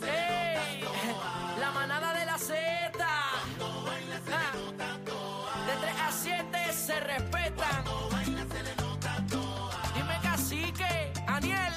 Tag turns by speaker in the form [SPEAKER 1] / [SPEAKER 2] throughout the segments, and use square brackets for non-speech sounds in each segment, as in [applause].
[SPEAKER 1] ¡Ey! La manada de la Z. Ah. De 3 a 7 se respetan. Dime cacique, Aniel.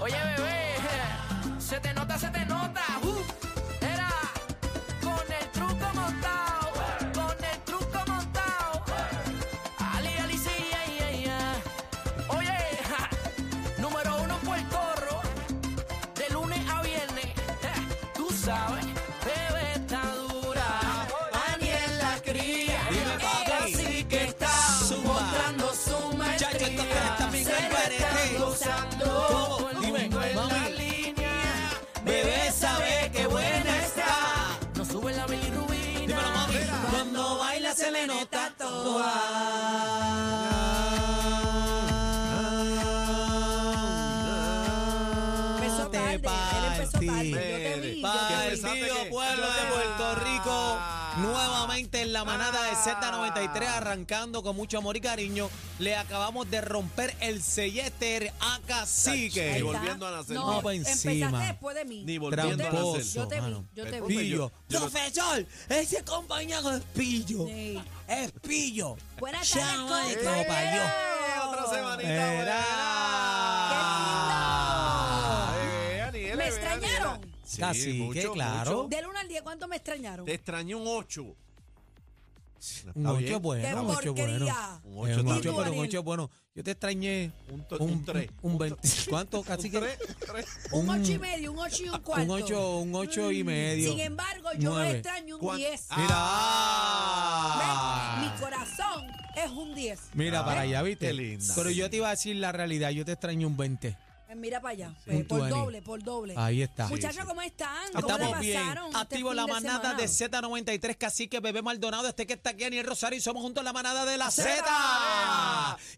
[SPEAKER 1] Oye, bebé. Se te nota, se te nota. Uh, Era con el truco montado. Con el truco montado. Ali, ali, sí, ay, ay, ay. Oye, ja, número uno en Puerto Rico. De lunes a viernes, eh, tú sabes, bebé está dura. Daniel la cría, así que está mostrando su maestría. Se la está gozando, todo el mundo en la línea. Bebé sabe que buena está. No sube la bilirrubina. Cuando baila se le nota
[SPEAKER 2] Empezó tarde. Él empezó tarde. Yo te vi. Yo te vi.
[SPEAKER 3] Partido pueblo de Puerto Rico,
[SPEAKER 4] Ah.
[SPEAKER 3] nuevamente en la manada de
[SPEAKER 2] Ah.
[SPEAKER 3] Z93, arrancando con mucho amor y cariño. Le acabamos de romper el sellete a
[SPEAKER 2] Ahí
[SPEAKER 3] Cacique.
[SPEAKER 2] está.
[SPEAKER 4] volviendo a nacer.
[SPEAKER 2] No,
[SPEAKER 3] No, pa' encima.
[SPEAKER 2] empezaste después de mí.
[SPEAKER 4] Ni volviendo a
[SPEAKER 2] Yo te vi,
[SPEAKER 3] Tramposo.
[SPEAKER 2] yo te vi,
[SPEAKER 3] mano.
[SPEAKER 2] yo te vi.
[SPEAKER 3] Pillo.
[SPEAKER 4] Yo no-
[SPEAKER 3] Profesor, ese compañero es pillo.
[SPEAKER 2] Sí.
[SPEAKER 3] Es pillo.
[SPEAKER 2] Buenas tardes,
[SPEAKER 3] Chamo de
[SPEAKER 2] Corillo.
[SPEAKER 3] copa, yo.
[SPEAKER 4] Eh, Otra semanita.
[SPEAKER 3] Era. Ah.
[SPEAKER 2] ¿Me extrañaron?
[SPEAKER 3] Cacique, claro.
[SPEAKER 2] Del 1 al 10, ¿cuánto me extrañaron?
[SPEAKER 4] Te extrañé un 8.
[SPEAKER 3] Un ocho es
[SPEAKER 2] ¡Qué
[SPEAKER 3] bueno, un ocho es bueno.
[SPEAKER 2] porquería!
[SPEAKER 4] Un
[SPEAKER 3] Es
[SPEAKER 4] 8
[SPEAKER 3] un
[SPEAKER 2] ¿Y
[SPEAKER 3] ocho,
[SPEAKER 2] tú,
[SPEAKER 3] pero un
[SPEAKER 2] Daniel?
[SPEAKER 3] ocho es bueno. Yo te extrañé
[SPEAKER 4] Un to- un tres.
[SPEAKER 3] Un 20. [laughs] ¿Cuánto, Cacique?
[SPEAKER 2] Un
[SPEAKER 3] Un-
[SPEAKER 2] 8 y medio, un 8 y un cuarto. Mm.
[SPEAKER 3] Un ocho, un ocho y medio.
[SPEAKER 2] Sin embargo, yo
[SPEAKER 3] Nueve.
[SPEAKER 2] extraño un 10.
[SPEAKER 3] Ah.
[SPEAKER 4] Ah. Mira.
[SPEAKER 2] Mi corazón es un 10.
[SPEAKER 3] Mira para allá, ¿viste?
[SPEAKER 4] Ah, qué linda.
[SPEAKER 3] Pero yo te iba a decir la realidad, yo te extraño un 20.
[SPEAKER 2] Eh, Mira para allá.
[SPEAKER 3] Un
[SPEAKER 2] Eh, Por
[SPEAKER 3] 20.
[SPEAKER 2] doble, por doble.
[SPEAKER 3] Ahí está.
[SPEAKER 2] Muchachos, ¿cómo están? ¿Cómo la
[SPEAKER 3] Estamos bien.
[SPEAKER 2] pasaron? este
[SPEAKER 3] Activo
[SPEAKER 2] fin
[SPEAKER 3] la
[SPEAKER 2] de
[SPEAKER 3] manada de,
[SPEAKER 2] semana?
[SPEAKER 3] Z93, Cacique, Bebé Maldonado, este que está aquí, Daniel Rosario, y somos juntos la manada de la Z.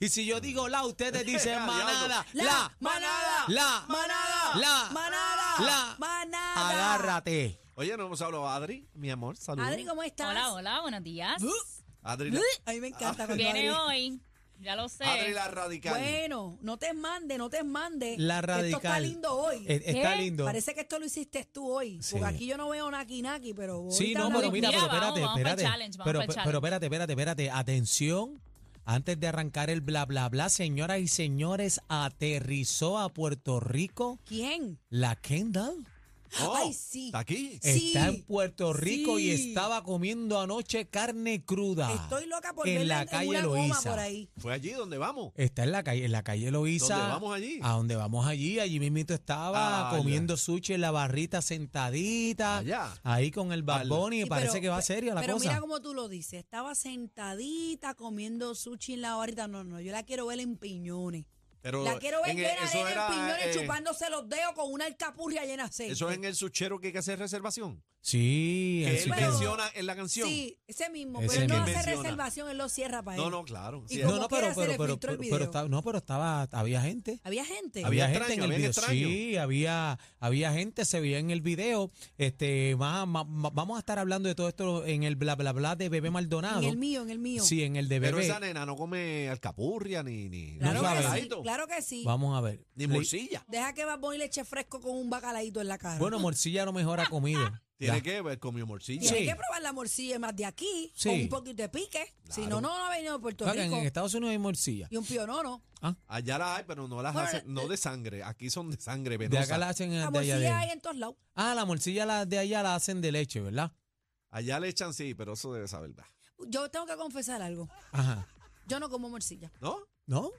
[SPEAKER 3] Y si yo digo la,
[SPEAKER 4] [laughs]
[SPEAKER 3] ustedes dicen
[SPEAKER 4] Diablo.
[SPEAKER 3] manada, la,
[SPEAKER 2] La manada.
[SPEAKER 3] la,
[SPEAKER 2] manada.
[SPEAKER 3] la,
[SPEAKER 2] manada.
[SPEAKER 3] la,
[SPEAKER 2] manada.
[SPEAKER 3] agárrate.
[SPEAKER 4] Oye, no hemos hablado. Adri, mi amor, saludos.
[SPEAKER 2] Adri, ¿cómo estás?
[SPEAKER 5] Hola, hola, buenos días.
[SPEAKER 4] Adri,
[SPEAKER 2] Uh,
[SPEAKER 4] la,
[SPEAKER 2] A mí me
[SPEAKER 3] Ah.
[SPEAKER 2] encanta cuando
[SPEAKER 5] Viene
[SPEAKER 2] Adri-
[SPEAKER 5] hoy, ya lo sé.
[SPEAKER 4] Adri la radical.
[SPEAKER 2] Bueno, no te mande, no te mande.
[SPEAKER 3] La
[SPEAKER 2] que Esto está
[SPEAKER 3] radical.
[SPEAKER 2] lindo hoy.
[SPEAKER 3] Eh, Está
[SPEAKER 5] ¿Qué?
[SPEAKER 3] lindo.
[SPEAKER 2] Parece que esto lo hiciste tú hoy.
[SPEAKER 3] Sí.
[SPEAKER 2] Porque aquí yo no veo naki naki, pero.
[SPEAKER 3] Sí,
[SPEAKER 2] ahorita
[SPEAKER 3] no, pero
[SPEAKER 2] hablamos.
[SPEAKER 3] mira, pero
[SPEAKER 5] Mira,
[SPEAKER 3] espérate,
[SPEAKER 5] vamos, vamos pa'l
[SPEAKER 3] espérate.
[SPEAKER 5] challenge, vamos
[SPEAKER 3] pero,
[SPEAKER 5] pa'l
[SPEAKER 3] pero
[SPEAKER 5] challenge.
[SPEAKER 3] espérate, espérate, espérate. Atención. Antes de arrancar el bla, bla, bla, señoras y señores, aterrizó a Puerto Rico
[SPEAKER 2] ¿Quién?
[SPEAKER 3] la Kendall.
[SPEAKER 4] Oh,
[SPEAKER 2] Ay, sí.
[SPEAKER 4] Está aquí.
[SPEAKER 2] Sí,
[SPEAKER 3] Está en Puerto Rico y
[SPEAKER 2] sí.
[SPEAKER 3] estaba comiendo anoche carne cruda.
[SPEAKER 2] Estoy loca por
[SPEAKER 3] en
[SPEAKER 2] verla
[SPEAKER 3] la
[SPEAKER 2] en
[SPEAKER 3] calle
[SPEAKER 2] una goma
[SPEAKER 3] Loíza.
[SPEAKER 2] por ahí.
[SPEAKER 4] Fue allí donde vamos.
[SPEAKER 3] Está en la calle, en la calle Loíza.
[SPEAKER 4] ¿Dónde vamos allí?
[SPEAKER 3] A donde vamos allí, allí mismito estaba
[SPEAKER 4] Ah,
[SPEAKER 3] comiendo sushi en la barrita sentadita.
[SPEAKER 4] Allá.
[SPEAKER 3] Ahí con el Bad
[SPEAKER 4] Al-
[SPEAKER 3] Bunny,
[SPEAKER 2] Sí,
[SPEAKER 3] parece
[SPEAKER 2] pero-
[SPEAKER 3] que va seria la
[SPEAKER 2] pero
[SPEAKER 3] cosa.
[SPEAKER 2] mira cómo tú lo dices. Estaba sentadita comiendo sushi en la barrita. No, no, yo la quiero ver en piñones.
[SPEAKER 4] Pero
[SPEAKER 2] La quiero ver
[SPEAKER 4] en- e-
[SPEAKER 2] llena
[SPEAKER 4] eso
[SPEAKER 2] de
[SPEAKER 4] era,
[SPEAKER 2] piñones
[SPEAKER 4] eh,
[SPEAKER 2] chupándose los dedos con una alcapurria llena de aceite.
[SPEAKER 4] Eso es en el suchero que hay que hacer reservación.
[SPEAKER 3] sí,
[SPEAKER 4] Que
[SPEAKER 3] el
[SPEAKER 4] él
[SPEAKER 2] suchero.
[SPEAKER 3] sushi.
[SPEAKER 4] menciona en la canción.
[SPEAKER 2] Sí, ese mismo.
[SPEAKER 3] Ese
[SPEAKER 2] pero él no
[SPEAKER 3] mismo.
[SPEAKER 2] hace
[SPEAKER 4] Menciona.
[SPEAKER 2] reservación, él lo cierra para él.
[SPEAKER 4] No, no, claro. sí,
[SPEAKER 2] Y
[SPEAKER 4] es-
[SPEAKER 2] como quiera se le filtró el video.
[SPEAKER 3] estaba, no, pero estaba, había gente.
[SPEAKER 2] Había gente.
[SPEAKER 4] Había
[SPEAKER 3] Había, gente
[SPEAKER 4] extraño,
[SPEAKER 3] en el
[SPEAKER 4] había
[SPEAKER 3] video.
[SPEAKER 4] extraño.
[SPEAKER 3] Sí, había, había gente, se veía en el video. Este, más, más- más- vamos a estar hablando de todo esto en el bla bla bla de Bebé Maldonado.
[SPEAKER 2] En el mío, en el mío.
[SPEAKER 3] Sí, en el de
[SPEAKER 4] Pero
[SPEAKER 3] Eh, Bebé.
[SPEAKER 4] esa nena no come alcapurria ni ni
[SPEAKER 3] no
[SPEAKER 2] claro, que sí,
[SPEAKER 3] sabe.
[SPEAKER 4] bacalaíto,
[SPEAKER 2] claro que sí.
[SPEAKER 3] Vamos a ver.
[SPEAKER 4] ni
[SPEAKER 3] Le-
[SPEAKER 4] morcilla.
[SPEAKER 2] Deja que Bad y le eche fresco con un bacalaíto en la cara.
[SPEAKER 3] Bueno, morcilla a lo mejor ha comido.
[SPEAKER 4] [laughs] Tiene
[SPEAKER 3] Ya.
[SPEAKER 4] que ver comió morcilla.
[SPEAKER 2] Tienes
[SPEAKER 3] sí.
[SPEAKER 2] que probar la morcilla más de aquí,
[SPEAKER 3] Sí.
[SPEAKER 2] con un poquito de pique. Si no, no, no ha venido de Puerto
[SPEAKER 3] Oigan,
[SPEAKER 2] Rico.
[SPEAKER 3] en
[SPEAKER 4] este
[SPEAKER 3] Estados Unidos hay morcilla.
[SPEAKER 2] Y un pionono.
[SPEAKER 4] Allá las hay, pero no las
[SPEAKER 2] Bueno,
[SPEAKER 4] hacen, no de sangre. Aquí son de sangre
[SPEAKER 3] De
[SPEAKER 4] venosa.
[SPEAKER 3] acá la hacen
[SPEAKER 2] La
[SPEAKER 3] de allá.
[SPEAKER 2] morcilla hay
[SPEAKER 3] de-
[SPEAKER 2] en todos lados.
[SPEAKER 3] Ah, la morcilla la- de allá la hacen de leche, ¿verdad?
[SPEAKER 4] Allá le echan sí, pero eso debe saber, ¿verdad?
[SPEAKER 2] Yo tengo que confesar algo.
[SPEAKER 3] Ajá.
[SPEAKER 2] Yo no como morcilla.
[SPEAKER 4] ¿No?
[SPEAKER 3] ¿No?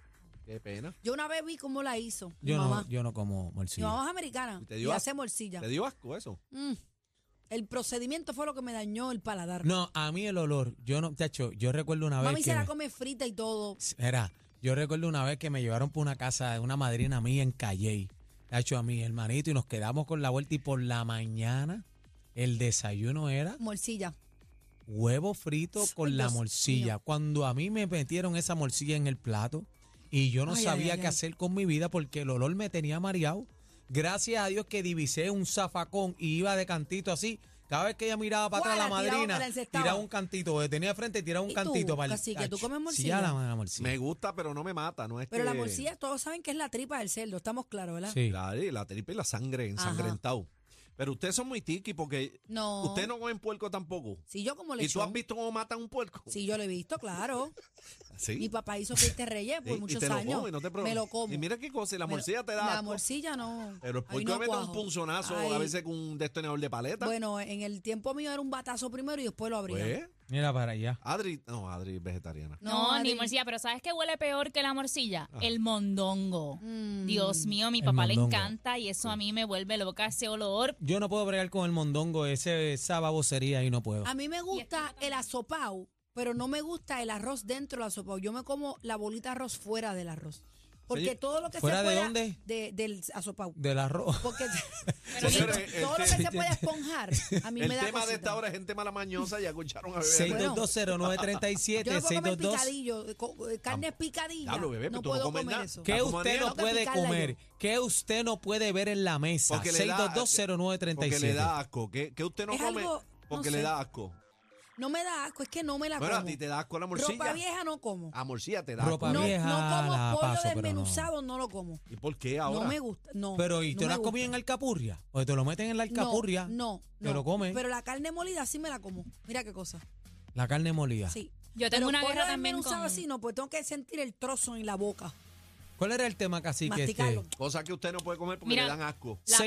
[SPEAKER 4] Qué pena.
[SPEAKER 2] Yo una vez vi cómo la hizo mi
[SPEAKER 3] Yo
[SPEAKER 2] mamá.
[SPEAKER 3] no, yo no como
[SPEAKER 2] Mi
[SPEAKER 3] morcilla.
[SPEAKER 2] mamá es americana
[SPEAKER 4] ¿Y te
[SPEAKER 2] y
[SPEAKER 4] dio
[SPEAKER 2] hace morcilla.
[SPEAKER 4] ¿Te dio asco eso?
[SPEAKER 2] Mm. El procedimiento fue lo que me dañó el paladar.
[SPEAKER 3] No, a mí el olor, yo no, tacho, yo recuerdo una
[SPEAKER 2] Mami
[SPEAKER 3] vez
[SPEAKER 2] se
[SPEAKER 3] que
[SPEAKER 2] la
[SPEAKER 3] me-
[SPEAKER 2] come frita y todo.
[SPEAKER 3] era, yo recuerdo una vez que me llevaron por una casa de una madrina mía en Calley. ha hecho a mi hermanito y nos quedamos con la vuelta y por la mañana el desayuno era
[SPEAKER 2] Morcilla.
[SPEAKER 3] huevo frito
[SPEAKER 2] Ay,
[SPEAKER 3] con la
[SPEAKER 2] Dios
[SPEAKER 3] morcilla.
[SPEAKER 2] mío.
[SPEAKER 3] Cuando a mí me metieron esa morcilla en el plato y yo no
[SPEAKER 2] Ay, ay,
[SPEAKER 3] sabía
[SPEAKER 2] ay,
[SPEAKER 3] qué
[SPEAKER 2] ay.
[SPEAKER 3] hacer con mi vida porque el olor me tenía mareado. Gracias a Dios que divisé un zafacón y iba de cantito así. Cada vez que ella miraba para atrás la
[SPEAKER 2] Guara, tiraba para la
[SPEAKER 3] madrina,
[SPEAKER 2] encestada.
[SPEAKER 3] tiraba un cantito, eh, tenía frente y tiraba un
[SPEAKER 2] ¿Y tú,
[SPEAKER 3] cantito para el
[SPEAKER 2] cacique, tú
[SPEAKER 3] Ach,
[SPEAKER 2] comes
[SPEAKER 3] sí, ya la,
[SPEAKER 2] morcilla?
[SPEAKER 3] la morcilla.
[SPEAKER 4] Me gusta, pero no me mata. No es
[SPEAKER 2] Pero la
[SPEAKER 4] que-
[SPEAKER 2] morcilla, todos saben que es la tripa del cerdo, estamos claros, ¿verdad?
[SPEAKER 3] Sí.
[SPEAKER 4] La, la tripa y la sangre,
[SPEAKER 2] Ajá.
[SPEAKER 4] ensangrentado. Pero ustedes son muy tiki porque
[SPEAKER 2] No.
[SPEAKER 4] ustedes no comen puerco tampoco.
[SPEAKER 2] Si yo como
[SPEAKER 4] ¿Y tú has
[SPEAKER 2] lechón.
[SPEAKER 4] visto cómo matan un puerco? Ah,
[SPEAKER 2] Si yo lo he visto, claro.
[SPEAKER 4] Sí.
[SPEAKER 2] Mi papá hizo fiesta de reyes por
[SPEAKER 4] Sí,
[SPEAKER 2] muchos
[SPEAKER 4] y te
[SPEAKER 2] años.
[SPEAKER 4] Lo comes, no te preocupes.
[SPEAKER 2] me lo como.
[SPEAKER 4] Y mira qué cosa, y la
[SPEAKER 2] Me lo-
[SPEAKER 4] morcilla te da.
[SPEAKER 2] La
[SPEAKER 4] asco.
[SPEAKER 2] morcilla no.
[SPEAKER 4] Pero el
[SPEAKER 2] ahí
[SPEAKER 4] puerco
[SPEAKER 2] no
[SPEAKER 4] mete un
[SPEAKER 2] cuajo.
[SPEAKER 4] punzonazo a
[SPEAKER 2] Ay,
[SPEAKER 4] veces con un detonador de paleta.
[SPEAKER 2] Bueno, en el tiempo mío era un batazo primero y después lo abría.
[SPEAKER 4] Pues,
[SPEAKER 3] Mira para allá.
[SPEAKER 4] Adri, no, Adri es vegetariana.
[SPEAKER 5] No, ni
[SPEAKER 2] Adri.
[SPEAKER 5] morcilla, pero ¿sabes qué huele peor que la morcilla? El mondongo. Dios mío, mi
[SPEAKER 3] El
[SPEAKER 5] papá le
[SPEAKER 3] mondongo.
[SPEAKER 5] encanta y eso a mí me vuelve loca ese olor.
[SPEAKER 3] Yo no puedo bregar con el mondongo, ese, esa babosería y no puedo.
[SPEAKER 2] A mí me gusta el asopao, pero no me gusta el arroz dentro del asopao. Yo me como la bolita de arroz fuera del arroz. Porque
[SPEAKER 4] Señor,
[SPEAKER 2] todo lo que
[SPEAKER 3] ¿fuera
[SPEAKER 2] se
[SPEAKER 3] de
[SPEAKER 2] pueda
[SPEAKER 3] dónde?
[SPEAKER 2] de- del asopao.
[SPEAKER 3] Del
[SPEAKER 2] [laughs]
[SPEAKER 3] arroz. [laughs]
[SPEAKER 4] [laughs]
[SPEAKER 2] Porque
[SPEAKER 5] Pero
[SPEAKER 4] Señores,
[SPEAKER 5] bien,
[SPEAKER 4] el
[SPEAKER 2] todo lo que
[SPEAKER 4] te-
[SPEAKER 2] se puede esponjar, a mí
[SPEAKER 4] El
[SPEAKER 2] me da
[SPEAKER 4] tema de
[SPEAKER 2] cosita.
[SPEAKER 4] esta hora es gente mala mañosa, ya escucharon a bebé.
[SPEAKER 2] Bueno.
[SPEAKER 3] 6220937,
[SPEAKER 2] Yo
[SPEAKER 4] este,
[SPEAKER 2] no puedo comer
[SPEAKER 3] 622.
[SPEAKER 2] picadillo, eh, co- eh, carne picadilla.
[SPEAKER 4] Diablo, bebé,
[SPEAKER 2] no
[SPEAKER 4] pero tú no
[SPEAKER 2] puedo
[SPEAKER 4] comes
[SPEAKER 2] comer
[SPEAKER 4] nada.
[SPEAKER 2] eso.
[SPEAKER 3] ¿Qué
[SPEAKER 4] Ah, como
[SPEAKER 3] usted
[SPEAKER 4] Daniel.
[SPEAKER 3] no
[SPEAKER 2] Tengo que
[SPEAKER 3] puede
[SPEAKER 2] picarla
[SPEAKER 3] comer? ¿Qué usted no puede ver en la mesa?
[SPEAKER 4] Porque le da- Porque le da
[SPEAKER 3] 6220937.
[SPEAKER 4] asco. ¿Qué, qué usted no
[SPEAKER 2] Es
[SPEAKER 4] come?
[SPEAKER 2] algo,
[SPEAKER 4] porque
[SPEAKER 2] no
[SPEAKER 4] le
[SPEAKER 2] sé.
[SPEAKER 4] da asco.
[SPEAKER 2] No me da asco, es que no me la
[SPEAKER 4] Bueno,
[SPEAKER 2] como.
[SPEAKER 4] a ti te da asco la
[SPEAKER 2] Ropa
[SPEAKER 4] morcilla. Ah,
[SPEAKER 2] vieja no como.
[SPEAKER 4] A morcilla te da
[SPEAKER 3] Ropa
[SPEAKER 4] asco.
[SPEAKER 2] no,
[SPEAKER 3] vieja
[SPEAKER 2] no
[SPEAKER 3] la
[SPEAKER 2] como pollo
[SPEAKER 3] paso, pero no.
[SPEAKER 2] desmenuzado, no. lo como.
[SPEAKER 4] ¿Y por qué ahora?
[SPEAKER 2] No me gusta, no.
[SPEAKER 3] Pero ¿y
[SPEAKER 2] no
[SPEAKER 3] tú
[SPEAKER 2] me
[SPEAKER 3] no has
[SPEAKER 2] gusta.
[SPEAKER 3] comido en alcapurria? Porque te lo meten en la alcapurria.
[SPEAKER 2] No, no.
[SPEAKER 3] Te
[SPEAKER 2] no.
[SPEAKER 3] lo comes.
[SPEAKER 2] Pero la carne molida sí me la como. Mira qué cosa.
[SPEAKER 3] La carne molida.
[SPEAKER 2] Sí.
[SPEAKER 5] Yo tengo
[SPEAKER 2] Pero
[SPEAKER 5] una
[SPEAKER 2] pollo
[SPEAKER 5] guerra también
[SPEAKER 2] desmenuzado
[SPEAKER 5] con-
[SPEAKER 2] así no, pues tengo que sentir el trozo en la boca.
[SPEAKER 3] ¿Cuál era el tema, cacique? Este?
[SPEAKER 2] masticarlo.
[SPEAKER 4] Cosa que usted no puede comer porque
[SPEAKER 5] Mira.
[SPEAKER 4] le dan asco.
[SPEAKER 5] La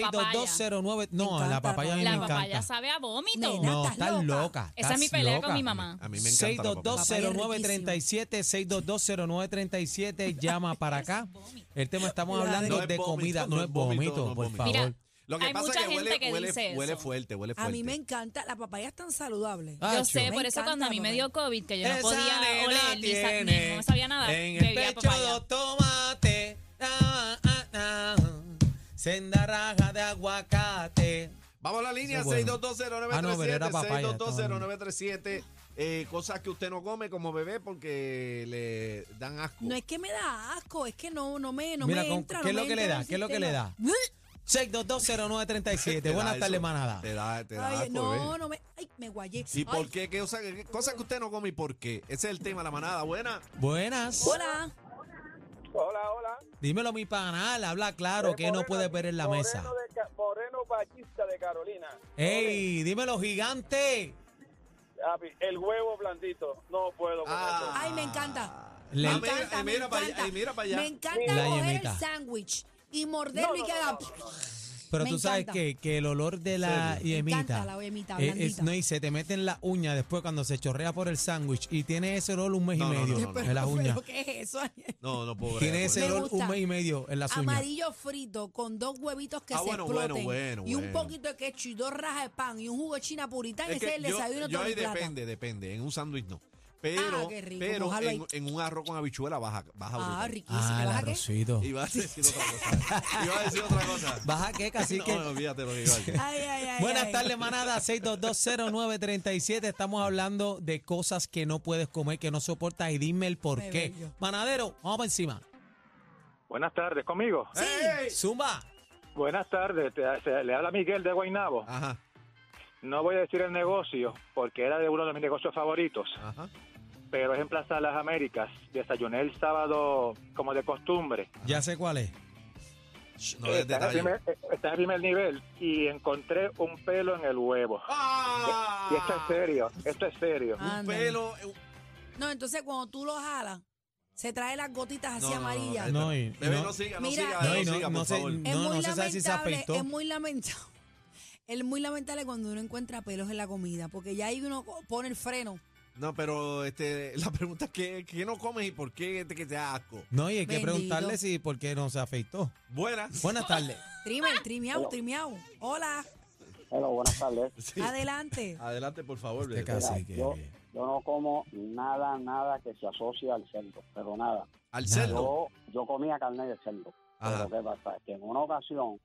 [SPEAKER 3] 62209. No,
[SPEAKER 2] Me
[SPEAKER 3] la
[SPEAKER 2] encanta,
[SPEAKER 3] papaya a mí
[SPEAKER 5] la
[SPEAKER 3] me
[SPEAKER 5] papaya
[SPEAKER 3] encanta.
[SPEAKER 5] sabe a vómito.
[SPEAKER 2] Nena.
[SPEAKER 3] No,
[SPEAKER 2] Estás
[SPEAKER 3] estás
[SPEAKER 2] loca.
[SPEAKER 3] loca.
[SPEAKER 5] Esa es mi
[SPEAKER 3] estás
[SPEAKER 5] pelea con
[SPEAKER 3] loca.
[SPEAKER 5] mi mamá.
[SPEAKER 4] A mí me encanta la papaya.
[SPEAKER 3] 6220937, 6220937, llama para acá. El tema estamos
[SPEAKER 2] Dale.
[SPEAKER 3] hablando
[SPEAKER 4] No es
[SPEAKER 3] de
[SPEAKER 4] vómito,
[SPEAKER 3] comida, no es vómito, por
[SPEAKER 4] vómito.
[SPEAKER 3] favor.
[SPEAKER 5] Mira,
[SPEAKER 4] Lo que
[SPEAKER 5] Hay
[SPEAKER 4] pasa
[SPEAKER 5] mucha
[SPEAKER 4] es que huele,
[SPEAKER 5] gente que
[SPEAKER 4] huele,
[SPEAKER 5] dice
[SPEAKER 4] huele
[SPEAKER 5] eso.
[SPEAKER 4] fuerte, huele
[SPEAKER 2] A
[SPEAKER 4] fuerte.
[SPEAKER 2] mí me encanta, la papaya es tan saludable.
[SPEAKER 3] Ah,
[SPEAKER 5] Yo
[SPEAKER 3] Acho.
[SPEAKER 5] sé,
[SPEAKER 2] Me
[SPEAKER 5] por eso
[SPEAKER 2] encanta
[SPEAKER 5] cuando a
[SPEAKER 2] la
[SPEAKER 5] mí me
[SPEAKER 2] papaya.
[SPEAKER 5] dio COVID, que yo no
[SPEAKER 3] Esa
[SPEAKER 5] podía
[SPEAKER 3] nena
[SPEAKER 5] oler, ni sa-
[SPEAKER 3] tiene
[SPEAKER 5] ni- no sabía nada,
[SPEAKER 3] En el
[SPEAKER 5] bebía
[SPEAKER 3] pecho
[SPEAKER 5] papaya.
[SPEAKER 3] dos tomates, ah, ah, ah, senda raja de aguacate.
[SPEAKER 4] Vamos a la línea
[SPEAKER 3] Eso es bueno.
[SPEAKER 4] 6220937.
[SPEAKER 3] Ah, no, pero era papaya,
[SPEAKER 4] 6220937. Eh, cosas que usted no come como bebé porque le dan asco.
[SPEAKER 2] No es que me da asco, es que no, no me, no
[SPEAKER 3] Mira,
[SPEAKER 2] me
[SPEAKER 3] con-
[SPEAKER 2] entra.
[SPEAKER 3] ¿qué
[SPEAKER 2] no
[SPEAKER 3] es
[SPEAKER 2] me
[SPEAKER 3] lo que
[SPEAKER 2] entra
[SPEAKER 3] le
[SPEAKER 2] en el
[SPEAKER 3] da? ¿Qué es lo que le da?
[SPEAKER 2] sistema.
[SPEAKER 3] 6220937, buenas tardes, manada.
[SPEAKER 4] Te da, te da
[SPEAKER 2] Ay,
[SPEAKER 4] asco,
[SPEAKER 2] no,
[SPEAKER 4] bebé.
[SPEAKER 2] no me. Ay, me guayé.
[SPEAKER 4] ¿Y
[SPEAKER 2] Ay,
[SPEAKER 4] por qué? ¿Qué cosa- qué- cosas que usted no come y por qué. Ese es el tema, la manada. Buena.
[SPEAKER 3] Buenas.
[SPEAKER 2] Hola.
[SPEAKER 6] Hola, hola.
[SPEAKER 3] Dímelo, mi panal, habla claro que no puedes ver en la
[SPEAKER 6] Moreno
[SPEAKER 3] mesa.
[SPEAKER 6] de Ca- Moreno Ballista de Carolina.
[SPEAKER 3] ¡Ey! Dímelo, gigante.
[SPEAKER 6] Papi, el huevo blandito. No puedo con
[SPEAKER 4] Ah.
[SPEAKER 2] Ay, me encanta.
[SPEAKER 3] Le-
[SPEAKER 2] me
[SPEAKER 4] Ah, mira,
[SPEAKER 2] encanta,
[SPEAKER 4] y
[SPEAKER 2] me
[SPEAKER 4] mira pa' allá,
[SPEAKER 2] encanta.
[SPEAKER 4] y mira pa' allá.
[SPEAKER 2] Me encanta
[SPEAKER 3] La
[SPEAKER 2] coger
[SPEAKER 3] yemita.
[SPEAKER 2] el sándwich y morderlo
[SPEAKER 6] No,
[SPEAKER 2] y
[SPEAKER 6] no,
[SPEAKER 2] que [laughs]
[SPEAKER 6] no,
[SPEAKER 2] haga.
[SPEAKER 6] no, no,
[SPEAKER 3] Pero
[SPEAKER 2] Me
[SPEAKER 3] tú sabes
[SPEAKER 2] encanta.
[SPEAKER 3] que, que el olor de la
[SPEAKER 2] Me
[SPEAKER 3] yemita.
[SPEAKER 2] encanta la yemita,
[SPEAKER 3] eh, es-
[SPEAKER 2] blandita.
[SPEAKER 3] no, y se te mete en la uña después cuando se chorrea por el sándwich y tiene ese olor un mes
[SPEAKER 4] No,
[SPEAKER 3] y
[SPEAKER 4] no,
[SPEAKER 3] medio
[SPEAKER 4] no, no, no.
[SPEAKER 3] en
[SPEAKER 5] [laughs]
[SPEAKER 3] las uñas.
[SPEAKER 2] Pero, ¿Qué es eso?
[SPEAKER 4] No, no puedo. pues.
[SPEAKER 3] Tiene
[SPEAKER 4] bregar con
[SPEAKER 3] ese
[SPEAKER 2] Me
[SPEAKER 4] eso.
[SPEAKER 3] olor
[SPEAKER 2] gusta.
[SPEAKER 3] un mes y medio en las uñas.
[SPEAKER 2] Amarillo frito con dos huevitos que
[SPEAKER 4] Ah,
[SPEAKER 2] se
[SPEAKER 4] bueno, bueno,
[SPEAKER 2] exploten.
[SPEAKER 4] bueno,
[SPEAKER 2] y un
[SPEAKER 4] bueno.
[SPEAKER 2] poquito de ketchup y dos rajas de pan y un jugo de china puritán.
[SPEAKER 4] Es
[SPEAKER 2] ese
[SPEAKER 4] que
[SPEAKER 2] es el
[SPEAKER 4] yo,
[SPEAKER 2] desayuno
[SPEAKER 4] yo
[SPEAKER 2] todo
[SPEAKER 4] ahí
[SPEAKER 2] el plato.
[SPEAKER 4] depende, depende. En un sándwich no. Pero,
[SPEAKER 2] Ah, qué rico,
[SPEAKER 4] pero
[SPEAKER 2] mojalo
[SPEAKER 4] en,
[SPEAKER 2] ahí.
[SPEAKER 4] en un arroz con habichuela baja. baja
[SPEAKER 2] Ah,
[SPEAKER 4] brutal.
[SPEAKER 2] riquísimo.
[SPEAKER 3] Ah, el
[SPEAKER 2] ¿Vas a qué?
[SPEAKER 3] arrocito.
[SPEAKER 4] Iba a decir otra cosa. Iba a decir otra cosa.
[SPEAKER 3] [laughs] ¿Baja
[SPEAKER 4] [laughs]
[SPEAKER 3] qué,
[SPEAKER 4] Así
[SPEAKER 3] cacique?
[SPEAKER 4] que. No, olvídate lo que iba a decir.
[SPEAKER 2] Ay, ay, ay,
[SPEAKER 3] Buenas
[SPEAKER 2] ay.
[SPEAKER 3] tardes, manada. 6220937. Estamos hablando de cosas que no puedes comer, que no soportas y dime el por
[SPEAKER 2] Qué
[SPEAKER 3] qué.
[SPEAKER 2] bello.
[SPEAKER 3] Manadero, vamos por encima.
[SPEAKER 6] Buenas tardes, conmigo.
[SPEAKER 2] Sí.
[SPEAKER 4] ¡Ey!
[SPEAKER 3] Zumba.
[SPEAKER 6] Buenas tardes, te- se- le habla Miguel de Guainabo.
[SPEAKER 3] Ah.
[SPEAKER 2] Ah.
[SPEAKER 4] Ajá,
[SPEAKER 6] No voy a decir el negocio porque era de uno de mis negocios favoritos,
[SPEAKER 3] Ah.
[SPEAKER 4] ajá.
[SPEAKER 6] pero es en Plaza Las Américas. Desayuné el sábado como de costumbre.
[SPEAKER 3] Ya sé cuál es.
[SPEAKER 4] Shh, No des
[SPEAKER 6] está, en el
[SPEAKER 4] detalle.
[SPEAKER 6] primer, eh, está en el primer nivel y encontré un pelo en el huevo.
[SPEAKER 4] ¡Ah!
[SPEAKER 6] Y esto es serio, esto es serio.
[SPEAKER 2] Ah.
[SPEAKER 4] Un
[SPEAKER 2] Ándale.
[SPEAKER 4] pelo. eh,
[SPEAKER 2] No, entonces cuando tú lo jalas, se trae las gotitas así
[SPEAKER 4] no, no, no,
[SPEAKER 2] amarillas.
[SPEAKER 4] cállate.
[SPEAKER 3] No, y-
[SPEAKER 4] Bebé,
[SPEAKER 3] no-
[SPEAKER 4] no siga, no
[SPEAKER 2] Mira,
[SPEAKER 4] siga,
[SPEAKER 2] No,
[SPEAKER 4] no
[SPEAKER 2] y
[SPEAKER 3] no-
[SPEAKER 4] siga,
[SPEAKER 3] no
[SPEAKER 4] por
[SPEAKER 3] se-
[SPEAKER 4] favor.
[SPEAKER 2] es
[SPEAKER 3] No,
[SPEAKER 2] muy
[SPEAKER 3] no se sabe
[SPEAKER 2] lamentable,
[SPEAKER 3] si se afeitó.
[SPEAKER 2] es muy lamentable. [laughs] Es muy lamentable cuando uno encuentra pelos en la comida, porque ya ahí uno co- pone el freno.
[SPEAKER 4] No, pero este, la pregunta es que, que no comes y por qué te, que te da asco.
[SPEAKER 3] No, y hay que
[SPEAKER 2] Bendito.
[SPEAKER 3] preguntarle si por qué no se afeitó.
[SPEAKER 4] Buena.
[SPEAKER 3] Buenas
[SPEAKER 4] [laughs]
[SPEAKER 3] tardes.
[SPEAKER 2] Trimel, trimiao, trimiao. Hola,
[SPEAKER 7] Hola, buenas tardes.
[SPEAKER 4] Sí.
[SPEAKER 2] adelante.
[SPEAKER 4] Adelante, por favor.
[SPEAKER 3] Este
[SPEAKER 4] bebé.
[SPEAKER 3] caso. Así
[SPEAKER 7] Mira,
[SPEAKER 3] que-
[SPEAKER 7] yo, yo no como nada, nada que se asocie al cerdo, pero nada.
[SPEAKER 4] Al cerdo.
[SPEAKER 7] Yo, yo comía carne de cerdo.
[SPEAKER 4] Ajá.
[SPEAKER 7] Pero qué pasa, que en una ocasión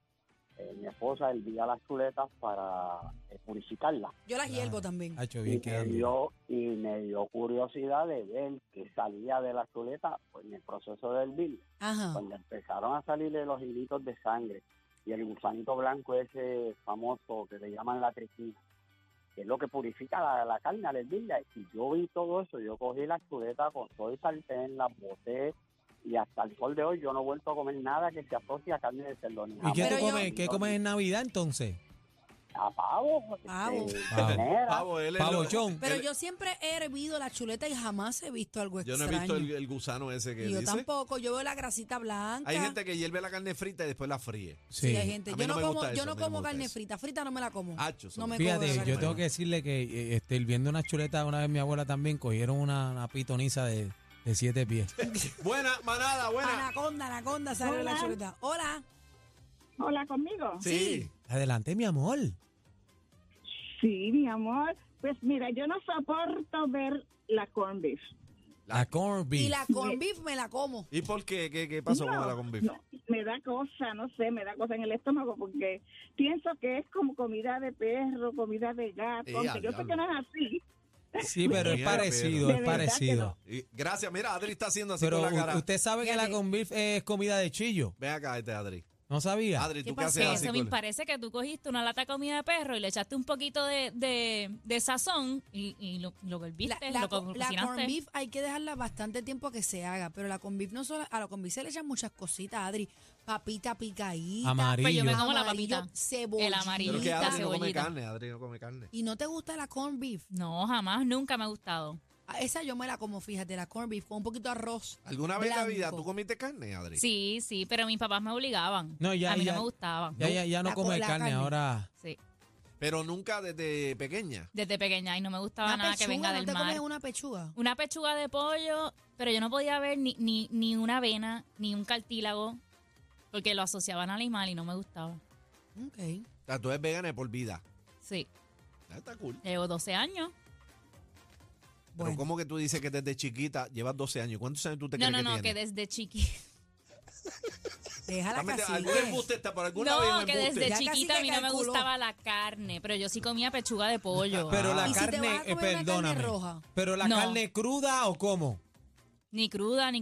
[SPEAKER 7] eh, mi esposa hervía las chuletas para eh, purificarlas.
[SPEAKER 2] Yo las hiervo también.
[SPEAKER 3] Ha hecho
[SPEAKER 7] Y
[SPEAKER 3] bien
[SPEAKER 7] me,
[SPEAKER 3] quedando.
[SPEAKER 7] dio, y me dio curiosidad de ver que salía de la chuleta pues, en el proceso de hervir.
[SPEAKER 2] Ajá.
[SPEAKER 7] cuando empezaron a salirle los hilitos de sangre y el gusanito blanco ese famoso que le llaman la triquina, que es lo que purifica la, la carne al hervirla. Y yo vi todo eso, yo cogí la chuleta con todo y sartén, la boté y hasta el sol de hoy yo no he vuelto a comer nada que se asocie a carne de cerdo. ni
[SPEAKER 3] ¿Y qué
[SPEAKER 2] Pero
[SPEAKER 3] tú
[SPEAKER 7] jamón,
[SPEAKER 2] yo-
[SPEAKER 3] comes?
[SPEAKER 7] ni
[SPEAKER 3] ¿Qué comes en Navidad entonces?
[SPEAKER 7] A pavo.
[SPEAKER 2] Pavo.
[SPEAKER 7] este,
[SPEAKER 3] Pavo.
[SPEAKER 7] ternera.
[SPEAKER 4] Pavo, él es lo-
[SPEAKER 3] Pavochón.
[SPEAKER 2] Pero
[SPEAKER 4] él-
[SPEAKER 2] yo siempre he hervido la chuleta y jamás he visto algo
[SPEAKER 4] Yo
[SPEAKER 2] extraño.
[SPEAKER 4] no he visto el, el gusano ese que
[SPEAKER 2] Y yo
[SPEAKER 4] dice.
[SPEAKER 2] tampoco, yo veo la grasita blanca.
[SPEAKER 4] Hay gente que hierve la carne frita y después la fríe.
[SPEAKER 2] Sí, hay gente.
[SPEAKER 4] A mí
[SPEAKER 2] Yo
[SPEAKER 4] no
[SPEAKER 2] no,
[SPEAKER 4] me
[SPEAKER 2] como,
[SPEAKER 4] gusta
[SPEAKER 2] yo
[SPEAKER 4] eso, a
[SPEAKER 2] no
[SPEAKER 4] mí no me
[SPEAKER 2] como
[SPEAKER 4] gusta
[SPEAKER 2] carne
[SPEAKER 4] eso. Ah,
[SPEAKER 2] frita, frita no me la como.
[SPEAKER 4] Hacho,
[SPEAKER 2] no me como la
[SPEAKER 3] Fíjate,
[SPEAKER 2] carne
[SPEAKER 3] yo tengo
[SPEAKER 2] frita.
[SPEAKER 3] que decirle que eh, este, hirviendo una chuleta, una vez mi abuela también cogieron una, una pitoniza de, de siete pies.
[SPEAKER 4] Buena, manada, buena.
[SPEAKER 2] Anaconda, anaconda sale de la
[SPEAKER 8] Hola.
[SPEAKER 2] chuleta. Hola.
[SPEAKER 8] Hola conmigo.
[SPEAKER 4] Sí.
[SPEAKER 3] Adelante, mi amor.
[SPEAKER 8] Sí, mi amor. Pues mira, yo no soporto ver la corned beef.
[SPEAKER 4] La-
[SPEAKER 3] La corned
[SPEAKER 2] Y
[SPEAKER 3] beef.
[SPEAKER 2] la con beef me la como.
[SPEAKER 4] ¿Y por qué? ¿Qué, qué pasó
[SPEAKER 8] No,
[SPEAKER 4] con la con beef?
[SPEAKER 8] no, me da cosa, no sé, me da cosa en el estómago porque pienso que es como comida de perro, comida de gato.
[SPEAKER 4] Eh,
[SPEAKER 8] aunque yo sé
[SPEAKER 4] diablo.
[SPEAKER 8] que no es así.
[SPEAKER 3] Sí, pero es
[SPEAKER 4] Mira, pero-
[SPEAKER 3] parecido,
[SPEAKER 8] De verdad
[SPEAKER 3] es
[SPEAKER 8] que
[SPEAKER 3] parecido.
[SPEAKER 8] no.
[SPEAKER 4] Y- gracias, mira, Adri está haciendo así
[SPEAKER 3] Pero
[SPEAKER 4] con la
[SPEAKER 3] u-
[SPEAKER 4] cara.
[SPEAKER 3] usted sabe que la
[SPEAKER 2] Fíjate.
[SPEAKER 3] corned beef es comida de chillo.
[SPEAKER 4] Ven acá, este Adri.
[SPEAKER 3] ¿No sabía?
[SPEAKER 4] Adri,
[SPEAKER 2] ¿Qué
[SPEAKER 4] ¿tú qué haces
[SPEAKER 5] Que
[SPEAKER 4] así?
[SPEAKER 5] eso me
[SPEAKER 4] con-
[SPEAKER 5] parece que tú cogiste una lata de comida de perro y le echaste un poquito de, de, de sazón y, y lo, lo
[SPEAKER 2] La,
[SPEAKER 5] volviste,
[SPEAKER 2] la,
[SPEAKER 5] lo co-
[SPEAKER 2] co- la corned
[SPEAKER 5] cocinaste.
[SPEAKER 2] beef hay que dejarla bastante tiempo a que se haga, pero la con beef no solo, a la con beef se le echan muchas cositas, Adri, papita picadita,
[SPEAKER 3] Amarillo.
[SPEAKER 5] Pues yo me
[SPEAKER 3] amarillo.
[SPEAKER 5] como la
[SPEAKER 2] amarillo,
[SPEAKER 5] papita. El
[SPEAKER 2] cebollita.
[SPEAKER 5] amarillo.
[SPEAKER 4] Pero que Adri no come
[SPEAKER 5] cebollita.
[SPEAKER 4] carne, Adri no come carne.
[SPEAKER 2] ¿Y no te gusta la corned beef?
[SPEAKER 5] No, jamás, nunca me ha gustado.
[SPEAKER 2] Ah, Esa yo me la como, fíjate, la corned beef con un poquito de arroz.
[SPEAKER 4] ¿Alguna vez en la vida
[SPEAKER 2] blanco.
[SPEAKER 4] tú comiste carne, Adri?
[SPEAKER 5] Sí, sí, pero mis papás me obligaban.
[SPEAKER 3] No, ya,
[SPEAKER 5] a mí
[SPEAKER 3] ya.
[SPEAKER 5] no me gustaban.
[SPEAKER 3] Ya, ya, ya no
[SPEAKER 2] La co-
[SPEAKER 3] come
[SPEAKER 2] la
[SPEAKER 3] carne,
[SPEAKER 2] carne.
[SPEAKER 3] ahora.
[SPEAKER 5] Sí,
[SPEAKER 4] Pero nunca desde pequeña.
[SPEAKER 5] desde pequeña y no me gustaba
[SPEAKER 2] Una
[SPEAKER 5] nada
[SPEAKER 2] pechuga,
[SPEAKER 5] que venga
[SPEAKER 2] ¿no
[SPEAKER 5] del
[SPEAKER 2] te
[SPEAKER 5] mar.
[SPEAKER 2] comes una pechuga?
[SPEAKER 5] Una pechuga de pollo, pero yo no podía ver ni, ni, ni una avena, ni un cartílago, porque lo asociaban al animal y no me gustaba.
[SPEAKER 2] Ok.
[SPEAKER 4] O sea, tú eres vegana de por vida.
[SPEAKER 5] Sí,
[SPEAKER 4] Ah, Está cool.
[SPEAKER 5] llevo 12 años.
[SPEAKER 4] Pero
[SPEAKER 2] Bueno.
[SPEAKER 4] ¿cómo que tú dices que desde chiquita llevas 12 años? ¿Cuántos años tú te
[SPEAKER 5] No,
[SPEAKER 4] crees
[SPEAKER 5] no, no,
[SPEAKER 4] que
[SPEAKER 5] que
[SPEAKER 4] tienes?
[SPEAKER 5] desde chiqui.
[SPEAKER 3] [laughs]
[SPEAKER 2] Déjala
[SPEAKER 4] Dame-
[SPEAKER 2] casi.
[SPEAKER 4] ¿Algún embuste está por alguna vez?
[SPEAKER 5] No,
[SPEAKER 4] un
[SPEAKER 5] que
[SPEAKER 4] embuste?
[SPEAKER 5] desde
[SPEAKER 2] Ya casi
[SPEAKER 5] chiquita
[SPEAKER 2] que
[SPEAKER 5] a mí no me
[SPEAKER 2] calculó.
[SPEAKER 5] gustaba la carne, pero yo sí comía pechuga de pollo.
[SPEAKER 3] Pero la
[SPEAKER 2] Ah. ¿Y si te vas a
[SPEAKER 3] carne,
[SPEAKER 2] comer
[SPEAKER 3] eh,
[SPEAKER 2] una carne
[SPEAKER 3] perdóname.
[SPEAKER 2] roja?
[SPEAKER 3] Pero la
[SPEAKER 5] No.
[SPEAKER 3] carne cruda o cómo?
[SPEAKER 5] Ni cruda, ni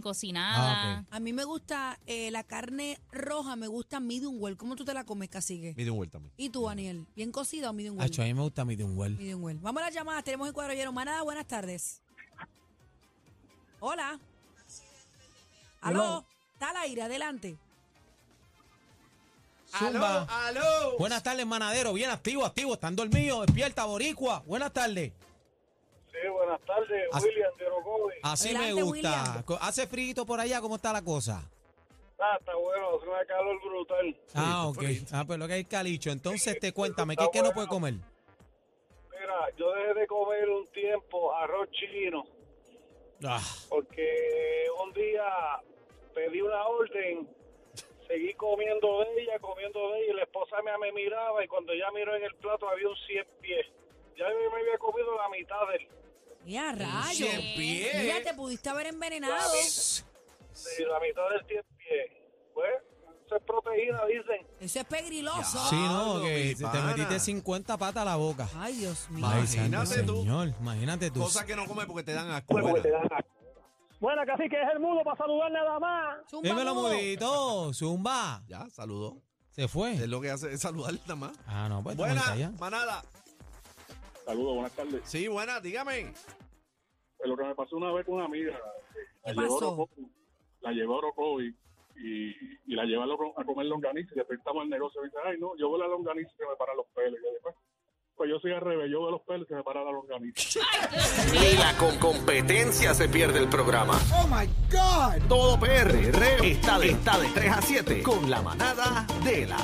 [SPEAKER 3] Ah,
[SPEAKER 5] cocinada.
[SPEAKER 2] A mí me gusta eh, la carne roja, me gusta medium well. ¿Cómo tú te la comes, cacique?
[SPEAKER 4] Mide un vuelta a mí.
[SPEAKER 2] ¿Y tú, Daniel? ¿Bien cocida o medium well?
[SPEAKER 3] Acho, a mí me gusta mi de un huel.
[SPEAKER 2] Medium well. Vamos a las llamadas, tenemos el cuadrillero. Manada, buenas tardes. Hola. Aló.
[SPEAKER 3] Hello.
[SPEAKER 2] Está al aire, adelante.
[SPEAKER 3] Zumba.
[SPEAKER 4] aló!
[SPEAKER 3] Buenas tardes, manadero. Bien activo, activo. Están dormidos. Despierta, boricua. Buenas tardes.
[SPEAKER 6] Sí, buenas tardes,
[SPEAKER 3] As-
[SPEAKER 6] William de Orocovi.
[SPEAKER 3] Así
[SPEAKER 2] Adelante,
[SPEAKER 3] me gusta.
[SPEAKER 2] William.
[SPEAKER 3] Co- ¿Hace frío por allá? ¿Cómo está la cosa?
[SPEAKER 6] Ah, está bueno, hace una calor brutal.
[SPEAKER 3] ah, ok.
[SPEAKER 4] está frito.
[SPEAKER 3] Ah, pues lo que hay calicho. Entonces, te cuéntame,
[SPEAKER 6] está
[SPEAKER 3] ¿qué es que no
[SPEAKER 6] bueno.
[SPEAKER 3] puede comer?
[SPEAKER 6] Mira, yo dejé de comer un tiempo arroz chino
[SPEAKER 3] Ah,
[SPEAKER 6] porque un día pedí una orden, seguí comiendo de ella, comiendo de ella, y la esposa mía me miraba y cuando ya miró en el plato había un 100 pies. Ya yo me había comido la mitad del...
[SPEAKER 2] Mira, rayo.
[SPEAKER 4] Cien pies.
[SPEAKER 2] Mira, te pudiste haber envenenado.
[SPEAKER 6] de la mitad del 100 pies. Pues, eso es proteína, dicen.
[SPEAKER 2] Eso es pegriloso.
[SPEAKER 3] sí, no,
[SPEAKER 4] Pablo,
[SPEAKER 3] que
[SPEAKER 4] mi
[SPEAKER 3] te te
[SPEAKER 4] pana. Ah,
[SPEAKER 3] metiste 50 patas a la boca.
[SPEAKER 2] Ay, Dios mío.
[SPEAKER 3] Ay,
[SPEAKER 4] Imagínate
[SPEAKER 3] santo
[SPEAKER 4] tú.
[SPEAKER 3] Señor, imagínate tú.
[SPEAKER 4] Cosas que no comes porque te dan asco.
[SPEAKER 6] Pues,
[SPEAKER 4] Bueno,
[SPEAKER 6] Bueno, casi que es el mudo para saludar nada más.
[SPEAKER 2] Zumba,
[SPEAKER 3] Dímelo,
[SPEAKER 2] mudo.
[SPEAKER 3] mudito. Zumba.
[SPEAKER 4] Ya, saludó.
[SPEAKER 3] Se
[SPEAKER 4] Es
[SPEAKER 3] fue.
[SPEAKER 4] lo que hace, es saludar nada más.
[SPEAKER 3] Ah, no, pues
[SPEAKER 4] Buena,
[SPEAKER 3] está allá.
[SPEAKER 4] manada.
[SPEAKER 9] Saludos, buenas tardes.
[SPEAKER 4] Sí, buena, dígame.
[SPEAKER 9] Pues lo que me pasó una vez con una amiga, eh,
[SPEAKER 2] ¿Qué
[SPEAKER 9] la llevó, a
[SPEAKER 2] pasó?
[SPEAKER 9] Orocovi- la llevó a Orocovi y, y la llevó a lo- a comer longaniza. Y después estamos en el negocio y dice, ay, no, yo voy a la longaniza y se me paran los pelos. Y yo después, pues yo soy al revés, yo veo los pelos y se me para la longaniza.
[SPEAKER 10] Ni la con competencia se pierde el programa. Oh my God. Todo PR está de, está de 3 a 7 con la manada de las